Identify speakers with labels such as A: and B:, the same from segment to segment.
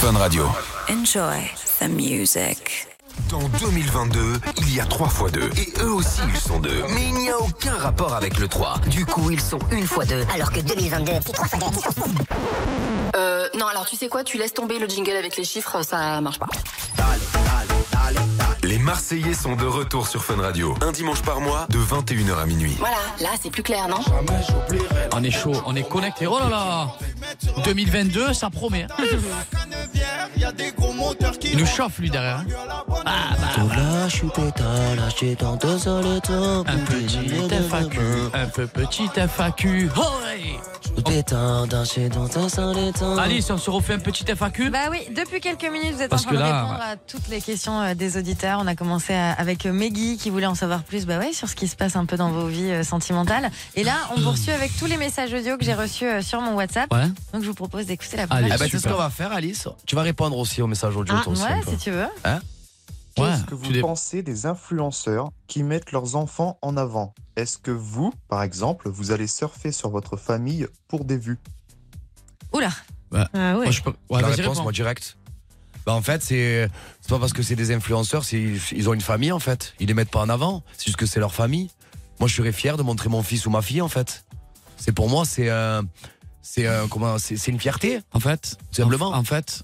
A: Fun Radio.
B: Enjoy the music.
A: Dans 2022, il y a 3 fois 2. Et eux aussi, ils sont deux. Mais il n'y a aucun rapport avec le 3.
C: Du coup, ils sont une fois deux, alors que 2022, c'est trois fois deux.
D: Euh, non, alors tu sais quoi, tu laisses tomber le jingle avec les chiffres, ça marche pas.
A: Les Marseillais sont de retour sur Fun Radio. Un dimanche par mois, de 21h à minuit.
D: Voilà, là c'est plus clair, non
E: On est chaud, on est connecté. Oh là là 2022, ça promet. hein. Il nous chauffe, lui, derrière. hein. Ah, bah,
F: Tout là, je suis pétard, là, j'étais dans deux heures le temps.
E: un petit FAQ, un peu petit FAQ. Oh, hey
F: Pétard, là, j'étais dans deux heures le temps.
E: Alice, on se refait un petit FAQ
G: Bah oui, depuis quelques minutes, vous êtes
E: Parce
G: en train
E: que
G: de
E: là,
G: répondre à toutes les questions euh, des auditeurs. On a commencé à- avec euh, Meggy qui voulait en savoir plus bah ouais, sur ce qui se passe un peu dans vos vies euh, sentimentales. Et là, on poursuit avec tous les messages audio que j'ai reçus euh, sur mon WhatsApp.
E: Ouais.
G: Donc je vous propose d'écouter la
E: Allez,
G: première.
H: Eh ben, c'est ce
E: Super.
H: qu'on va faire, Alice. Tu vas répondre aussi au message audio,
G: Ah,
H: toi aussi, un
G: ouais,
H: peu.
G: si tu veux.
E: Ouais,
I: Qu'est-ce que
E: tu
I: vous
E: dé-
I: pensez des influenceurs qui mettent leurs enfants en avant Est-ce que vous, par exemple, vous allez surfer sur votre famille pour des vues
G: Oula.
H: Ouais.
G: Ah ouais.
E: Bah, Moi, je peux- Ouais,
H: La
E: vas-y,
H: réponse,
E: réponds.
H: moi, direct. Bah, en fait, c'est c'est pas parce que c'est des influenceurs, c'est- ils ont une famille, en fait. Ils les mettent pas en avant, c'est juste que c'est leur famille. Moi, je serais fier de montrer mon fils ou ma fille, en fait. C'est pour moi, c'est euh, c'est euh, comment c'est c'est une fierté.
E: En fait,
H: simplement.
E: En fait,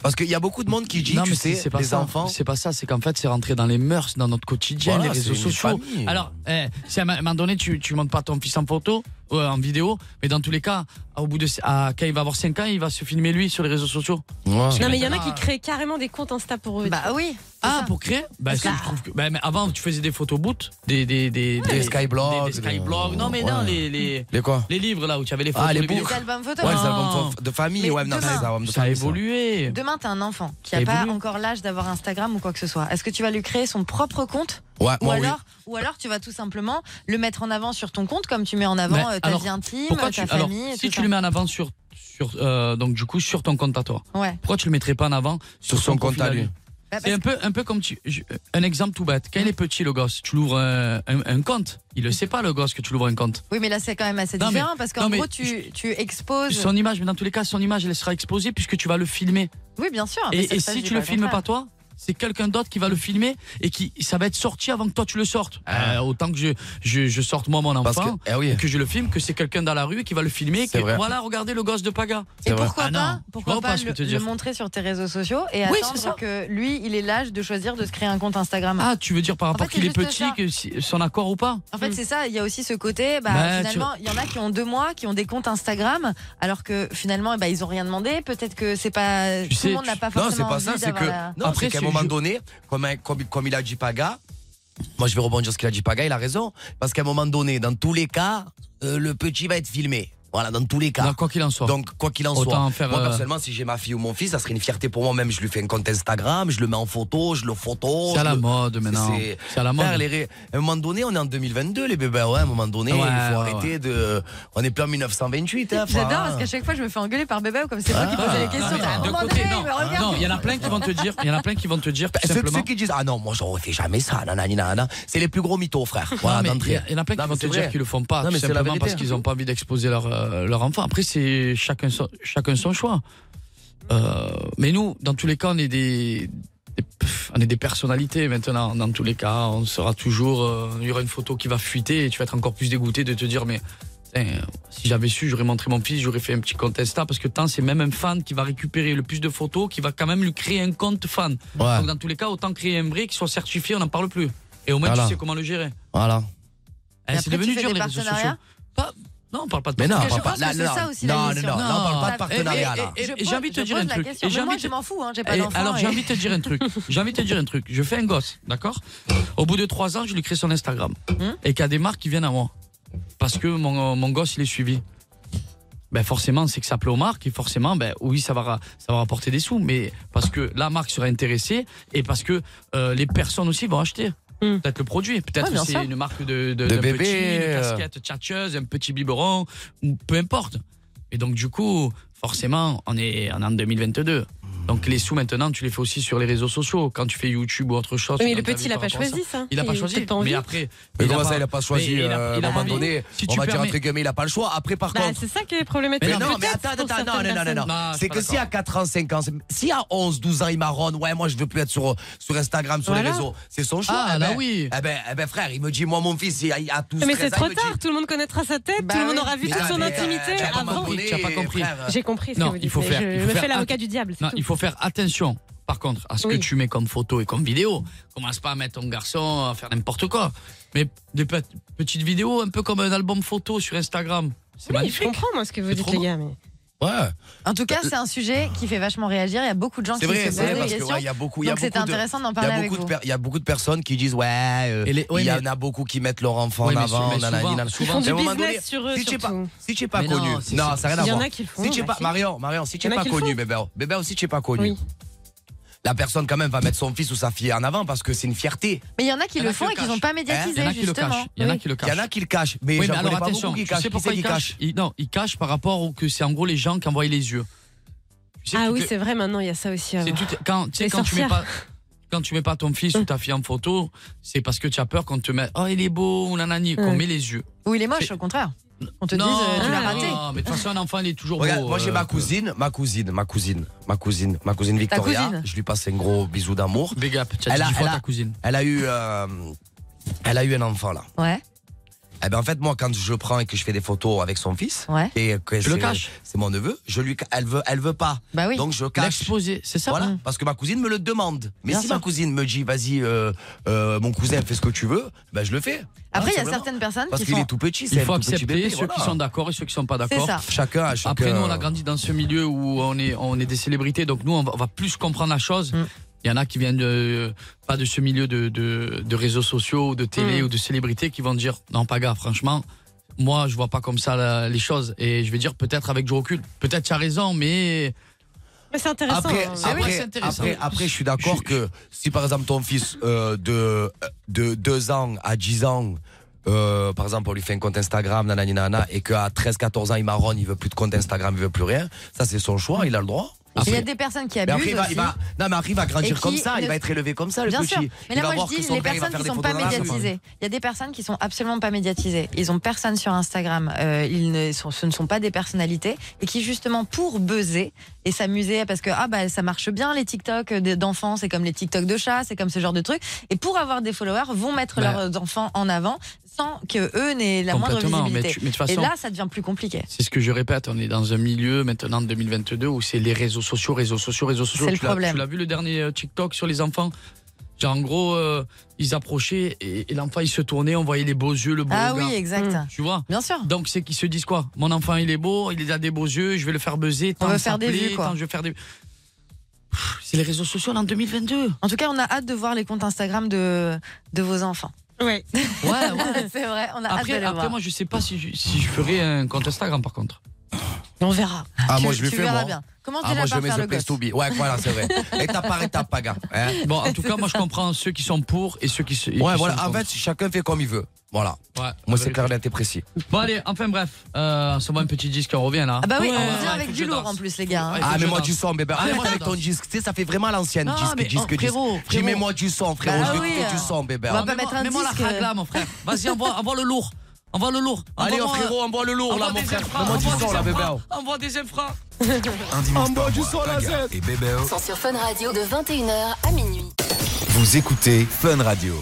H: Parce qu'il y a beaucoup de monde qui dit,
E: Ah. non,
H: tu
E: mais
H: sais,
E: c'est c'est pas
H: les
E: ça.
H: enfants.
E: C'est pas ça, c'est qu'en fait, c'est rentré dans les mœurs, dans notre quotidien,
H: Voilà,
E: les réseaux
H: c'est une
E: sociaux.
H: famille.
E: Alors, eh, si à un moment donné, tu, tu montes pas ton fils en photo, euh, en vidéo, mais dans tous les cas, au bout de, à- quand il va avoir 5 ans, il va se filmer lui sur les réseaux sociaux.
H: Ouais.
J: Non, mais il y en a qui créent carrément des comptes Insta pour eux.
G: Bah oui. c'est
E: Ah,
G: ça.
E: pour créer bah, ça, je trouve que- bah, mais Avant, tu faisais des photos boot, des, des, des,
H: Des skyblogs,
E: des- des
H: des-
E: skyblogs. Non, mais non,
H: Ouais.
E: les, les,
H: Les quoi
E: les livres là où tu avais les
H: Ah,
E: photos.
H: les
E: vidéos.
G: les albums photos.
H: Ouais, les
E: Non.
H: albums de famille,
G: Mais
H: ouais, non,
G: demain,
H: c'est ça, ouais, de
E: Ah. Ça a
H: famille, ça.
E: évolué.
G: Demain, t'as un enfant qui
E: Et
G: n'a pas
E: voulu.
G: encore l'âge d'avoir Instagram ou quoi que ce soit. Est-ce que tu vas lui créer son propre compte
H: Ouais,
G: ou
H: moi, oui.
G: alors, ou alors tu vas tout simplement le mettre en avant sur ton compte comme tu mets en avant
E: Mais
G: euh, ta
E: alors,
G: vie intime,
E: Pourquoi
G: ta
E: tu, alors,
G: famille. et
E: si
G: tout
E: tu le mets en avant sur, sur, euh, donc, du coup, sur ton compte à toi,
G: ça. Ouais.
E: pourquoi tu le mettrais pas en avant
H: Sur son
E: profil
H: compte à lui.
G: Bah,
E: C'est
G: parce
E: un peu, un peu comme tu, je- un exemple tout bête. Quand il est petit, le gosse, tu l'ouvres euh, un, un compte. Il le sait pas, le gosse, que tu l'ouvres un compte.
G: Oui, mais là, c'est quand même assez
E: Non, mais-
G: différent parce
E: non,
G: qu'en
E: mais
G: gros, tu, tu exposes.
E: Son image, mais dans tous les cas, son image, elle sera exposée puisque tu vas le filmer.
G: Oui, bien sûr. Ah, mais
E: et
G: ça,
E: et
G: ça, je
E: si
G: dis
E: tu le
G: le
E: filmes pas
G: contraire.
E: toi, c'est quelqu'un d'autre qui va le filmer et qui ça va être sorti avant que toi tu le sortes. Euh, autant que je, je, je sorte moi mon
H: Ah. Parce que,
E: enfant,
H: eh oui,
E: que, je le filme, que c'est quelqu'un dans la rue qui va le filmer.
H: C'est
E: Que,
H: vrai.
E: voilà, regardez le gosse de Paga.
H: c'est
G: Et
H: vrai.
G: pourquoi
E: Ah non,
G: pas,
E: je
G: pourquoi
E: vois
G: pas,
E: pas ce que
G: le,
E: tu veux
G: le
E: dire.
G: montrer sur tes réseaux sociaux et
E: Oui, c'est ça.
G: attendre que lui, il ait l'âge de choisir de se créer un compte Instagram.
E: Ah, tu veux dire par rapport
G: fait,
E: qu'il est
G: c'est juste
E: petit,
G: ça.
E: que si- son accord ou pas
G: En fait, c'est ça. Il y a aussi ce côté. Bah,
E: hmm. Bah,
G: finalement, il y en a qui ont deux mois, qui ont des comptes Instagram, alors que finalement, eh ben, ils ont rien demandé. Peut-être que c'est pas.
E: Tu
G: tout
E: sais,
G: le monde n'a
E: tu-
G: pas
H: Non,
G: forcément.
H: c'est pas ça,
G: envie
H: c'est que.
G: d'avoir la-
H: Non,
E: Après,
H: c'est qu'à un
E: c'est
H: moment
E: ju-
H: donné, comme, un- comme, comme il a dit Paga, moi je vais rebondir sur ce qu'il a dit Paga, il a raison. Parce qu'à un moment donné, dans tous les cas, euh, le petit va être filmé. Voilà, dans tous les cas.
E: Non, Quoi qu'il en soit.
H: Donc, quoi qu'il en
E: Autant
H: soit,
E: en faire,
H: moi
E: euh,
H: personnellement, si j'ai ma fille ou mon fils, ça serait une fierté pour moi même. Je lui fais un compte Instagram, je le mets en photo, je le photo.
E: c'est à
H: je
E: la
H: le-
E: mode maintenant.
H: c'est-
E: C'est à la mode.
H: Frère, les ré- À un moment donné, on est en 2022, les bébés. Ouais, à un moment donné,
E: Ouais,
H: il faut
E: ouais,
H: arrêter de. On est plus en 1928. Hein,
G: J'adore
H: frère.
G: parce qu'à chaque fois, je me fais engueuler par bébé ou comme c'est moi qui
H: Ah.
G: posais les
E: Non,
G: questions.
E: mais
G: À un
E: de
G: moment
E: côté,
G: donné,
E: non.
G: mais regarde.
E: Non, il y en a plein qui vont te dire, il y en a plein Bah, qui vont te dire tout
H: Ceux,
E: simplement.
H: ceux qui disent ah non moi j'aurais fait jamais ça nanani nanana c'est les plus gros mythos frère
E: Non,
H: voilà
E: mais
H: d'entrée
E: Il y en a plein
H: Non,
E: qui
H: mais
E: vont te
H: c'est
E: dire
H: vrai.
E: qu'ils le font pas,
H: Non,
E: tout
H: mais c'est la
E: simplement
H: vérité,
E: parce
H: hein.
E: qu'ils n'ont pas envie d'exposer leur, euh, leur enfant. Après, c'est chacun son, chacun son choix. Euh, mais nous, dans tous les cas, on est des, des- pff, on est des personnalités maintenant. Dans tous les cas, on sera toujours. euh, Il y aura une photo qui va fuiter et tu vas être encore plus dégoûté de te dire mais. putain, euh, Si j'avais su, j'aurais montré mon fils, j'aurais fait un petit compte Insta parce que tant c'est même un fan qui va récupérer le plus de photos, qui va quand même lui créer un compte fan.
H: Ouais.
E: Donc dans tous les cas, autant créer un vrai qui soit certifié, on n'en parle plus. Et au moins
H: Voilà.
E: tu sais comment le gérer.
H: Voilà.
E: Eh,
G: Et
E: c'est
G: après,
E: devenu
G: tu fais
E: dur
G: des
E: les réseaux sociaux.
G: partenariats
E: Pas- Non, on parle pas de
H: Mais non,
G: Parce
H: on
G: que
H: parle
G: je
H: pas
G: pense
H: là,
G: que
H: là,
G: c'est ça
H: non,
G: aussi, la
H: non, non,
G: mission.
H: non, là, on parle pas de
E: Eh,
H: partenariat
E: eh,
H: là.
E: eh,
G: Je
E: J'ai
G: pose-
E: envie de te
G: je
E: dire
G: pose
E: un
G: la
E: truc.
G: question.
E: Et j'ai
G: Mais moi,
E: envie
G: je
E: de-
G: m'en fous, hein, j'ai pas
E: Et
G: d'enfant.
E: alors
G: et-
E: j'ai envie de te dire un truc. J'ai envie de te dire un truc. Je fais un gosse, d'accord Au bout de trois ans, je lui crée son Instagram
G: Hum.
E: et qu'il y a des marques qui viennent à moi parce que mon, mon gosse il est suivi. Ben forcément, c'est que ça plaît aux marques et forcément, ben oui, ça va ra- ça va rapporter des sous, mais parce que la marque sera intéressée et parce que euh, les personnes aussi vont acheter.
J: Hum.
E: Peut-être le produit, peut-être
G: Hmm. Ouais, bien
E: que c'est
G: sûr.
E: une marque de,
H: De
E: d'un
H: bébé,
E: petit, une
H: euh.
E: casquette tchatcheuse, un petit biberon, ou peu importe. Et donc du coup, forcément, on est, on est en 2022. Donc les sous maintenant, tu les fais aussi sur les réseaux sociaux. Quand tu fais YouTube ou autre chose.
J: Mais
E: dans
J: le
E: ta
J: petit,
E: vie
J: il a
E: par
J: pas
E: rapport à
J: choisi ça.
E: Il a pas
J: Il a
E: choisi.
J: peut-être envie.
E: Mais après,
H: Mais comment ça, il a pas choisi
E: mais il a-
H: euh,
E: il a
H: À un moment
E: envie.
H: donné,
E: Si
H: on
E: tu
H: va dire un
E: permets-
H: truc, mais il a pas le choix. Après, par
J: Bah,
H: contre.
J: c'est ça qui est problématique.
E: Mais
H: Mais non, mais
J: peut-être
H: attends,
J: pour
H: attends, non,
J: certaines
H: non, non, non,
J: personnes.
E: Non, je suis
H: C'est
E: pas
H: que si à 4 ans, 5 ans, c'est- si à 11, 12 ans, il marronne, ouais, moi, je veux plus être sur, sur Instagram, sur les
J: Voilà.
H: réseaux, c'est son choix.
E: Ah,
H: eh
J: bah
E: là
H: ben,
E: oui.
H: Eh ben, eh ben, frère, il me dit, moi, mon fils, il a, à tous
J: Mais
H: 13
J: c'est
H: ans,
J: trop
H: il me dit,
J: tard, tout le monde connaîtra sa tête,
G: Bah
J: tout le
G: oui.
J: monde aura vu
H: Mais
J: toute
H: non,
J: son
H: mais, euh,
J: intimité
H: tu as pas
J: avant.
H: compris,
E: Tu as pas compris.
H: frère.
J: J'ai compris ce
E: Non,
J: que vous
E: il
J: dites,
E: faut
J: mais
E: faire-
J: je
E: il faut
J: me
E: faire
J: fais l'avocat
E: att-
J: du diable. c'est
E: Non,
J: tout.
E: il faut faire attention, par contre, à ce
J: Oui.
E: que tu mets comme photo et comme vidéo. Commence pas à mettre ton garçon à faire n'importe quoi. Mais des pe- petites vidéos, un peu comme un album photo sur Instagram.
J: Oui,
E: C'est
J: je
E: magnifique.
J: comprends moi ce que vous
E: C'est
J: dites
E: trop
J: les
E: beau.
J: gars. mais-
H: Ouais.
G: En tout cas, c'est un sujet qui fait vachement réagir. Il y a beaucoup de gens qui
H: C'est vrai,
G: se
H: c'est vrai,
G: posent des
H: parce que,
G: questions.
H: ouais, il y a beaucoup, il y a
G: Donc c'était
H: beaucoup de-
G: intéressant d'en
H: Il y,
G: parler
H: a
G: avec
H: beaucoup de
G: vous.
H: per- il y a beaucoup de personnes qui disent ouais, euh,
E: Et les- ouais,
H: il y
E: mais-
H: en a beaucoup qui mettent leur enfant
E: Ouais,
H: en
E: mais
H: avant.
E: sou- mais
H: nanani,
E: souvent-
H: nanana.
J: Ils
E: souvent,
J: font
H: Mais
J: du
H: à un moment donné,
J: business sur eux
H: si tu n'es pas,
J: surtout.
H: si tu es pas
E: Mais non,
H: connu,
E: c'est-
H: non,
E: c'est-
H: ça n'a rien
J: Il y
H: à
J: en
H: voir.
J: a qui le font.
H: Si tu n'es
J: bah,
H: pas Marion, Marion, si tu
J: Il y
H: n'es
J: en a
H: pas
J: qui le
H: connu,
J: font.
H: bébé, oh, bébé, oh, si tu n'es pas connu,
J: Oui.
H: la personne quand même va mettre son fils ou sa fille en avant parce que c'est une fierté.
G: Mais il y en a
E: Il
G: qui
E: y en
G: le
E: a qui
G: font
E: le
G: et qui
E: cachent.
G: n'ont pas
E: Il
G: médiatisé
E: y en a qui le
G: justement.
E: cachent. Il y en a
G: Oui.
E: qui le
H: Il y en
E: cachent.
H: a qui le cachent, mais
E: Oui, mais
H: j'en
E: alors
H: connais pas
E: attention,
H: beaucoup qui
E: tu
H: cachent.
E: sais
H: Qui
E: pourquoi
H: c'est
E: ils
H: qui
E: cachent
H: cache
E: Ils- Non, ils cachent par rapport au que c'est en gros les gens qui envoient les yeux. Tu sais,
J: Ah
E: tu
J: oui,
E: te-
J: c'est vrai, maintenant il y a ça aussi.
E: c'est
J: avant.
E: tout- quand, tu sais,
J: Les
E: quand tu mets
J: sorcières.
E: pas quand tu mets pas ton fils ou ta fille en photo, c'est parce que tu as peur qu'on te mette oh il est beau ou nanani qu'on
J: Mm.
E: met les yeux.
G: Ou il est moche,
E: C'est-
G: au contraire. On te dit,
E: non,
G: tu l'as
J: ah,
G: raté.
E: non, mais de toute façon un enfant il est toujours
H: Regarde,
E: beau.
H: moi j'ai
E: euh,
H: ma cousine, ma cousine, ma cousine, ma cousine, ma cousine Victoria.
G: cousine
H: Je lui passe un gros bisou d'amour.
E: Big up, tu as
H: Elle
E: dit
H: a-
E: dix fois
H: elle a-
E: ta cousine.
H: Elle a eu, euh, elle a eu un enfant là.
G: Ouais,
H: Eh ben en fait moi quand je prends et que je fais des photos avec son fils
G: ouais.
H: et que
E: Tu le
H: c'est-
E: caches
H: c'est mon neveu, je lui, ca- elle veut, elle veut pas.
G: Bah oui.
H: Donc je cache.
E: L'exposer, c'est ça
H: Voilà,
E: hein
H: parce que ma cousine me le demande. Mais
G: Bien
H: si
G: sûr.
H: ma cousine me dit, vas-y, euh, euh, mon cousin, fais ce que tu veux, ben je le fais.
G: Après,
H: Hein,
G: il y a
H: simplement.
G: certaines personnes
H: Parce
G: qui
H: qu'il
G: font.
H: est tout petit, c'est
E: Il
H: un
E: faut
H: tout petit
E: accepter
H: bébé,
E: ceux
H: voilà.
E: qui sont d'accord et ceux qui sont pas
G: C'est
E: d'accord.
G: ça.
H: Chacun, a- chacun.
E: Après, nous, on a grandi dans ce milieu où on est, on est des célébrités, donc nous, on va, on va plus comprendre la chose.
G: Mm.
E: Il y en a qui viennent de, pas de ce milieu de, de, de réseaux sociaux, de télé
J: Mm.
E: ou de célébrités qui vont dire Non, pas gars, franchement, moi, je vois pas comme ça la- les choses. Et je vais dire peut-être avec du recul, peut-être tu as raison, mais.
J: Mais c'est intéressant.
H: Après,
J: hein.
E: Ah oui,
H: après,
E: c'est intéressant.
H: après, après, je suis d'accord
E: Je-
H: que si par exemple ton fils euh, de, de 2 ans à 10 ans, euh, par exemple, on lui fait un compte Instagram, nanani, nanana, et qu'à 13-14 ans, il marronne, il veut plus de compte Instagram, il veut plus rien, ça c'est son choix, il a le droit.
G: Il y a
H: Après-
G: des personnes qui
H: Mais
G: abusent.
H: après, il va, il
G: aussi.
H: va- non, mais après, il va
G: Et
H: grandir
G: qui
H: comme ça,
G: ne-
H: il va être élevé comme ça, le
G: Bien
H: petit.
G: sûr. Mais
H: Il
G: là,
H: va
G: moi,
H: voir
G: je
H: que
G: dis
H: son
G: les
H: père, il va
G: personnes
H: faire
G: qui
H: des
G: sont
H: photos
G: pas
H: dans la rue.
G: médiatisées. Il y a des personnes qui sont absolument pas médiatisées. Ils ont personne sur Instagram. Euh, ils ne sont, ce ne sont pas des personnalités et qui justement pour buzzer et s'amuser parce que ah bah ça marche bien les TikTok de- d'enfants, c'est comme les TikTok de chats, c'est comme ce genre de trucs. Et pour avoir des followers, vont mettre
E: Bah.
G: leurs enfants en avant sans que eux n'aient la moindre
E: Complètement, mais
G: visibilité.
E: tu- mais de toute
G: et
E: façon-
G: là, ça devient plus compliqué.
E: C'est ce que je répète, on est dans un milieu maintenant de 2022 où c'est les réseaux sociaux, réseaux sociaux, réseaux sociaux.
G: C'est le
E: Tu l'as-
G: problème.
E: Tu l'as vu le dernier euh, TikTok sur les enfants Genre, en gros, euh, ils approchaient et, et l'enfant il se tournait, on voyait les beaux yeux, le Hmm. beau
G: Ah
E: regard.
G: oui, exact.
E: Tu vois
G: Bien sûr.
E: Donc c'est qu'ils se disent quoi Mon enfant il est beau, il a des beaux yeux, je vais le faire buzzer.
G: On
E: tant
G: veut
E: ça
G: faire des
E: plaît,
G: vues, quoi.
E: tant je vais faire des. Pff, C'est les réseaux sociaux en 2022.
G: En tout cas, on a hâte de voir les comptes Instagram de, de vos enfants.
J: Ouais.
E: Ouais, ouais.
G: c'est vrai, on a hâte de
E: Après,
G: les
E: après,
G: voir.
E: moi je sais pas si je, si je ferai un compte Instagram par contre.
J: On verra.
H: Ah,
G: Tu-
H: moi, je lui
G: tu
H: fais,
G: verras
H: moi.
G: bien. Commence
H: Ah,
G: déjà
H: moi, je
G: par
H: mets
G: faire le
H: The Place to
G: gosse.
H: Be. Ouais, voilà, c'est vrai. Étape par étape, pas gars. Hein
E: Bon, en tout cas, moi je comprends ceux qui sont pour et ceux qui se. et
H: ouais,
E: qui
H: voilà.
E: sont
H: En
E: contre.
H: fait, chacun fait comme il veut. Voilà.
E: Ouais, la
H: Moi, c'est
E: vérité.
H: clair, net et précis.
E: Bon allez, enfin bref, euh, on se voit un petit disque, on revient là.
G: Ah bah oui,
J: Ouais,
G: on vient
E: ouais, faut
G: avec
E: que
G: du
E: je
G: lourd
E: danse.
G: en plus les gars. hein.
E: Ouais.
H: Ah,
E: je
H: mais moi
E: danse.
H: du son, bébé.
E: Ah, mais
H: Arrête
E: moi, je
H: avec ton
E: danse.
H: disque. Tu sais, ça fait vraiment l'ancienne.
G: Ah,
E: Non, mais,
H: Disque,
E: oh,
H: disque, disque.
E: frérot,
H: Dis,
E: frérot.
H: mets-moi du son, frérot.
G: Bah
H: Je veux
G: oui,
H: écouter
G: euh,
H: du son, bébé.
G: on va pas mettre un
E: Mets-moi
G: disque.
E: la ragla, mon frère. Vas-y, bah, envoie, envoie le lourd. Envoie le lourd.
H: Allez, oh,
E: Envoie-moi-
H: frérot, envoie le lourd, là,
E: Envoie
H: mon
E: des
H: frère.
E: infras.
H: Mets-moi du son, là, bébé.
E: Envoie des infras.
A: Un dimanche par
H: Envoie du
A: mois,
H: son à la
A: Paga
H: Z.
A: et Bébé
D: Sont sur Fun Radio de 21h à minuit.
A: Vous écoutez Fun Radio.